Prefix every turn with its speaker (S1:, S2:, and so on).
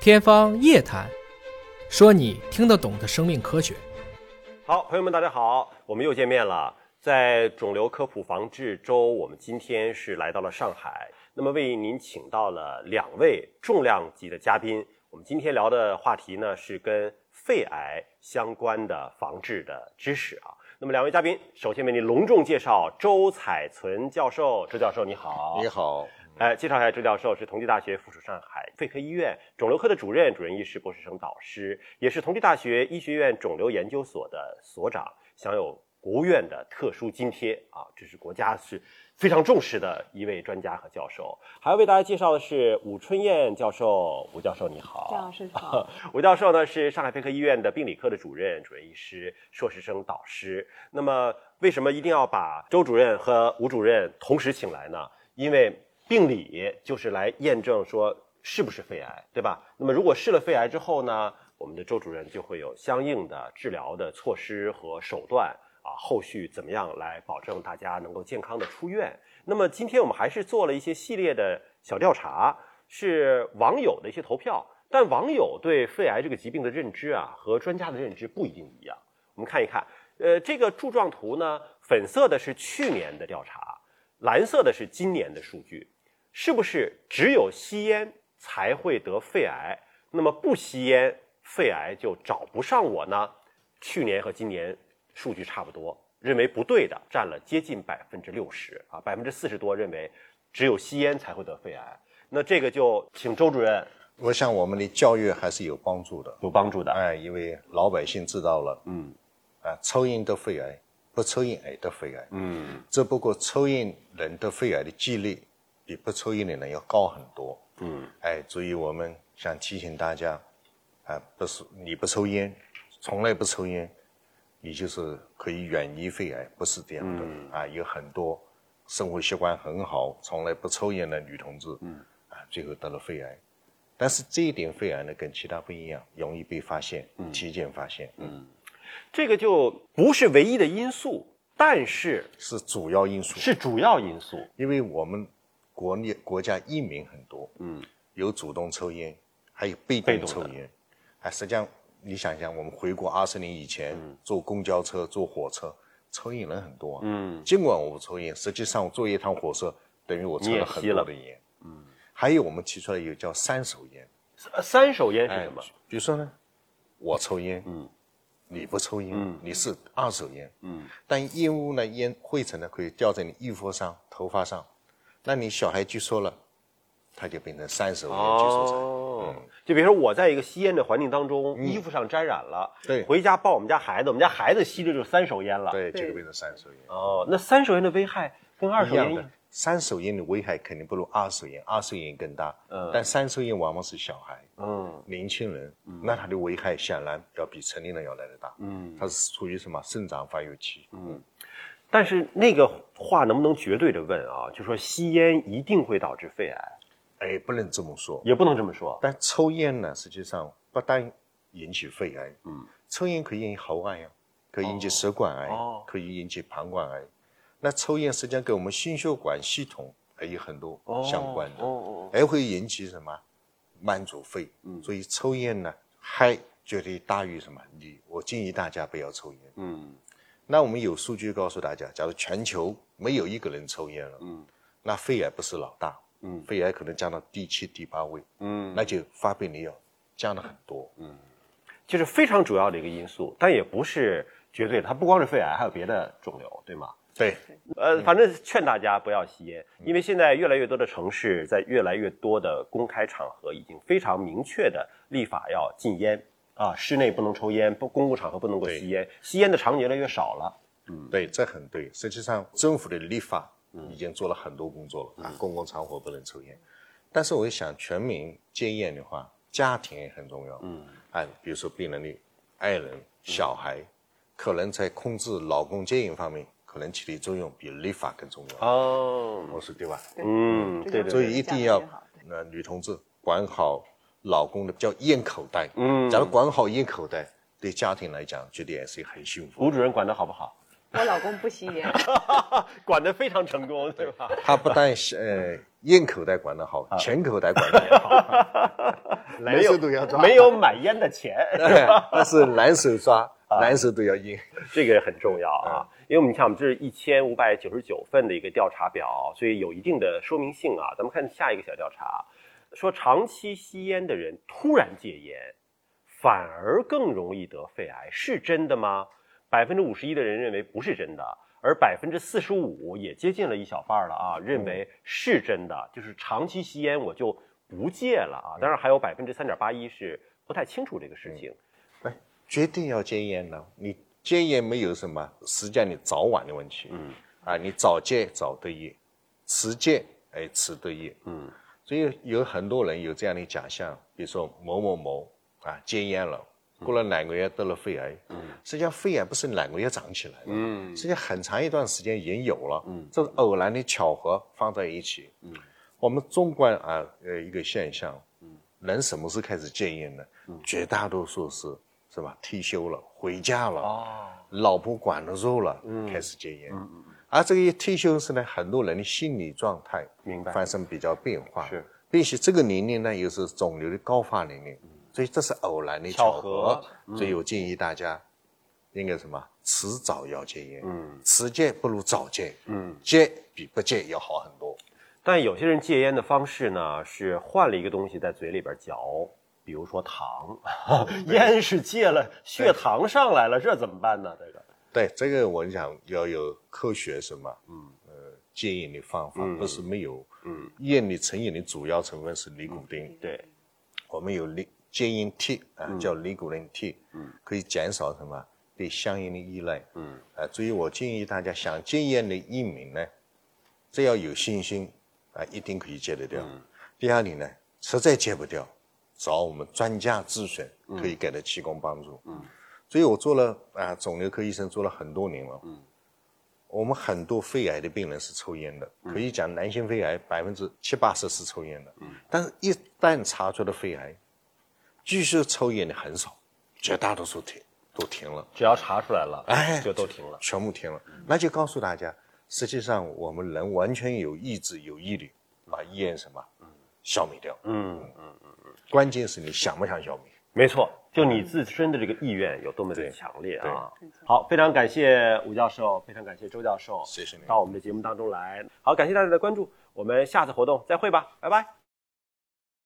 S1: 天方夜谭，说你听得懂的生命科学。
S2: 好，朋友们，大家好，我们又见面了。在肿瘤科普防治周，我们今天是来到了上海，那么为您请到了两位重量级的嘉宾。我们今天聊的话题呢是跟肺癌相关的防治的知识啊。那么两位嘉宾，首先为您隆重介绍周彩存教授。周教授你好，
S3: 你好，
S2: 哎，介绍一下，周教授是同济大学附属上海肺科医院肿瘤科的主任、主任医师、博士生导师，也是同济大学医学院肿瘤研究所的所长，享有国务院的特殊津贴啊，这是国家是非常重视的一位专家和教授。还要为大家介绍的是武春燕教授，吴教授你好，
S4: 郑老师好，
S2: 吴教授呢是上海肺科医院的病理科的主任、主任医师、硕士生导师。那么，为什么一定要把周主任和吴主任同时请来呢？因为病理就是来验证说是不是肺癌，对吧？那么如果是了肺癌之后呢，我们的周主任就会有相应的治疗的措施和手段啊，后续怎么样来保证大家能够健康的出院？那么今天我们还是做了一些系列的小调查，是网友的一些投票，但网友对肺癌这个疾病的认知啊，和专家的认知不一定一样。我们看一看，呃，这个柱状图呢，粉色的是去年的调查，蓝色的是今年的数据，是不是只有吸烟才会得肺癌？那么不吸烟，肺癌就找不上我呢？去年和今年数据差不多，认为不对的占了接近百分之六十啊，百分之四十多认为只有吸烟才会得肺癌。那这个就请周主任
S3: 我想我们的教育还是有帮助的，
S2: 有帮助的。
S3: 哎，因为老百姓知道了，
S2: 嗯
S3: 啊，抽烟得肺癌，不抽烟也得肺癌，
S2: 嗯
S3: 只不过抽烟人得肺癌的几率比不抽烟的人要高很多，
S2: 嗯，
S3: 哎，所以我们想提醒大家，啊，不是你不抽烟，从来不抽烟，你就是可以远离肺癌，不是这样的、
S2: 嗯
S3: 啊，有很多生活习惯很好，从来不抽烟的女同志，嗯，啊，最后得了肺癌，但是这一点肺癌呢跟其他不一样，容易被发现，体检发现，嗯，
S2: 这个就不是唯一的因素，但是
S3: 是主要因素，
S2: 是主要因素。
S3: 因为我们国内国家移民很多，嗯，有主动抽烟，还有被
S2: 被
S3: 动
S2: 动的
S3: 抽烟，啊，实际上你想想，我们回国二十年以前，
S2: 嗯
S3: 坐公交车、坐火车，抽烟人很多啊，嗯，尽管我不抽烟，实际上我坐一趟火车，等于我抽
S2: 你也
S3: 了很
S2: 吸了
S3: 多的烟，嗯，还有我们提出来有叫三手烟，
S2: 呃三手烟
S3: 哎
S2: 是什么？
S3: 比如说呢，我抽烟，嗯，你不抽烟，你是二手烟，嗯，但烟雾呢，烟灰尘呢，可以掉在你衣服上、头发上，那你小孩据说了，他就变成三手烟，据说是。
S2: 哦，就比如说我在一个吸烟的环境当中，衣服上沾染了，
S3: 嗯对
S2: 回家抱我们家孩子，我们家孩子吸的就是三手烟了。，
S3: 对，
S4: 对
S3: 这个变成三手烟，
S2: 哦，那三手烟的危害跟二手
S3: 一
S2: 烟
S3: 样
S2: 一
S3: 的
S2: 样。。
S3: 三手烟的危害肯定不如二手烟，二手烟更大。
S2: 嗯
S3: 但三手烟往往是小孩、
S2: 嗯
S3: 年轻人，那它的危害显然要比成年人要来得大。
S2: 嗯，
S3: 它是处于什么生长发育期？
S2: 但是那个话能不能绝对的问啊？就说吸烟一定会导致肺癌，
S3: 哎，不能这么说。
S2: 也不能这么说。
S3: 但抽烟呢，实际上不单引起肺癌，嗯，抽烟可以引起喉癌呀，可以引起食管癌，
S2: 哦
S3: 可以引起膀胱癌。那抽烟实际上跟我们心血管系统还有很多相关的，
S2: 哦哦哦，
S3: 还会引起什么慢阻肺。嗯，所以抽烟呢，害绝对大于什么利。我建议大家不要抽烟。
S2: 嗯
S3: 那我们有数据告诉大家，假如全球没有一个人抽烟了，嗯，那肺癌不是老大，嗯，肺癌可能降到第七、第八位，
S2: 嗯，
S3: 那就发病率要降了很多，嗯，
S2: 就是非常主要的一个因素，但也不是绝对的。它不光是肺癌，还有别的肿瘤，对吗？
S3: 对，
S2: 呃，反正劝大家不要吸烟，因为现在越来越多的城市在越来越多的公开场合已经非常明确的立法要禁烟啊，室内不能抽烟，不公共场合不能够吸烟，吸烟的场景越来越少了。
S3: 对，这很对。实际上，政府的立法已经做了很多工作了啊，公共场合不能抽烟。但是，我想全民戒烟的话，家庭也很重要。嗯，啊，比如说病人的爱人、小孩，可能在控制老公戒烟方面，可能起的作用比立法更重要。
S2: 哦，
S3: 我说对吧？
S2: 嗯，
S4: 对
S2: 对
S4: 对
S2: 对
S3: 所
S2: 对，
S3: 以一定要
S4: 这样最好
S3: 那女同志管好老公的叫烟口袋。
S2: 嗯
S3: 假如管好烟口袋，对家庭来讲绝对也是很幸 福
S2: 吴
S3: 的。
S2: 主任管的好不好？
S4: 我老公不吸烟，
S2: 管的非常成功，对吧？
S3: 他不但是呃烟口袋管得好，钱口袋管得也好。
S2: 啊 没
S3: 男
S2: 有
S3: 手都要抓，
S2: 没有买烟的钱，
S3: 对， 但是男手抓，
S2: 啊
S3: 男手都要硬。
S2: 这个很重要啊，因为我们看我们这是一千五百九十九份的一个调查表，所以有一定的说明性啊。咱们看下一个小调查，说长期吸烟的人突然戒烟，反而更容易得肺癌，是真的吗？百分之五十一的人认为不是真的，而百分之四十五也接近了一小半儿了啊，认为是真的，就是长期吸烟我就不戒了啊。当然还有百分之三点八一是不太清楚这个事情。
S3: 决定要戒烟呢？你戒烟没有什么，实际上你早晚的问题。
S2: 嗯，
S3: 啊，你早戒早得益，迟戒哎迟得益。
S2: 嗯，
S3: 所以有很多人有这样的假象，比如说某某某啊戒烟了，过了两个月得了肺癌。嗯，实际上肺癌不是两个月长起来的，
S2: 嗯
S3: 实际上很长一段时间已经有了。
S2: 嗯
S3: 这是偶然的巧合放在一起。嗯，我们中观啊呃一个现象，
S2: 嗯
S3: 人什么时候开始戒烟呢？绝大多数是什么退休了、回家了、
S2: 哦，
S3: 老婆管得住了，
S2: 嗯
S3: 开始戒烟。而这个一退休时呢，很多人的心理状态
S2: 明白
S3: 发生比较变化，
S2: 是，
S3: 并且这个年龄呢又是肿瘤的高发年龄，所以这是偶然的
S2: 嗯巧
S3: 巧
S2: 合嗯
S3: 合。所以我建议大家应该什么，迟早要戒烟，
S2: 嗯
S3: 迟戒不如早戒，
S2: 嗯。
S3: 戒比不戒要好很多。
S2: 但有些人戒烟的方式呢，是换了一个东西在嘴里边嚼，比如说糖， 烟是戒了，血糖上来了，这怎么办呢？这个，
S3: 对这个，我想要有科学什么，嗯，呃，戒烟的方法、
S2: 嗯
S3: 不是没有。
S2: 嗯，
S3: 烟的成瘾的主要成分是尼古丁，
S2: 对，
S3: 我们有尼戒烟替啊，叫尼古丁替，嗯，可以减少什么对香烟的依赖，
S2: 嗯，
S3: 啊，所以我建议大家想戒烟的一名呢，只要有信心啊，一定可以戒得掉。第二点呢，实在戒不掉，找我们专家咨询，可以给他提供帮助。嗯，所以我做了啊，肿瘤科医生做了很多年了。嗯，我们很多肺癌的病人是抽烟的，可以讲男性肺癌百分之七八十是抽烟的。嗯，但是一旦查出了肺癌，继续抽烟的很少，绝大多数停都停了。
S2: 只要查出来了，
S3: 哎
S2: 就都停了。
S3: 全部停了。
S2: 嗯
S3: 那就告诉大家，实际上我们人完全有意志、有毅力，把烟什么，消灭掉。
S2: 嗯，
S3: 关键是你想不想消灭。
S2: 没错，就你自身的这个意愿有多么的强烈啊
S4: 对对！
S2: 好，非常感谢吴教授，非常感谢周教授，
S3: 谢谢您
S2: 到我们的节目当中来。好，感谢大家的关注，我们下次活动再会吧，拜拜。